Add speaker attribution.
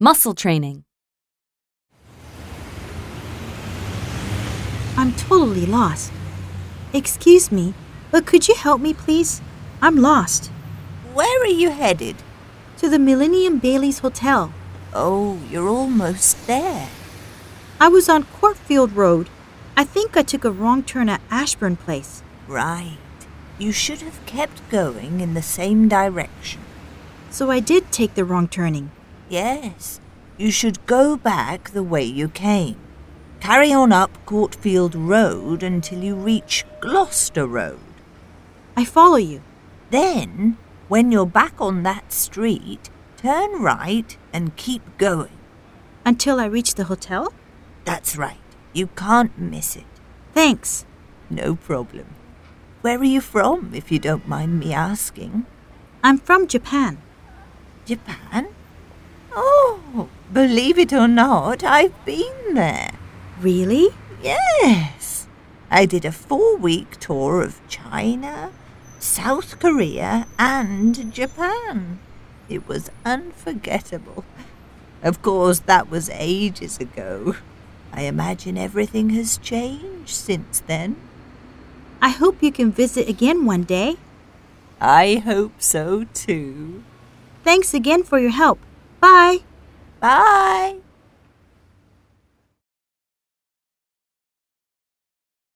Speaker 1: Muscle training.
Speaker 2: I'm totally lost. Excuse me, but could you help me, please? I'm lost.
Speaker 3: Where are you headed?
Speaker 2: To the Millennium Bailey's Hotel.
Speaker 3: Oh, you're almost there.
Speaker 2: I was on Courtfield Road. I think I took a wrong turn at Ashburn Place.
Speaker 3: Right. You should have kept going in the same direction.
Speaker 2: So I did take the wrong turning.
Speaker 3: Yes, you should go back the way you came. Carry on up Courtfield Road until you reach Gloucester Road.
Speaker 2: I follow you.
Speaker 3: Then, when you're back on that street, turn right and keep going.
Speaker 2: Until I reach the hotel?
Speaker 3: That's right. You can't miss it.
Speaker 2: Thanks.
Speaker 3: No problem. Where are you from, if you don't mind me asking?
Speaker 2: I'm from Japan.
Speaker 3: Japan? Oh, believe it or not, I've been there.
Speaker 2: Really?
Speaker 3: Yes. I did a four week tour of China, South Korea, and Japan. It was unforgettable. Of course, that was ages ago. I imagine everything has changed since then.
Speaker 2: I hope you can visit again one day.
Speaker 3: I hope so too.
Speaker 2: Thanks again for your help. Bye.
Speaker 3: Bye.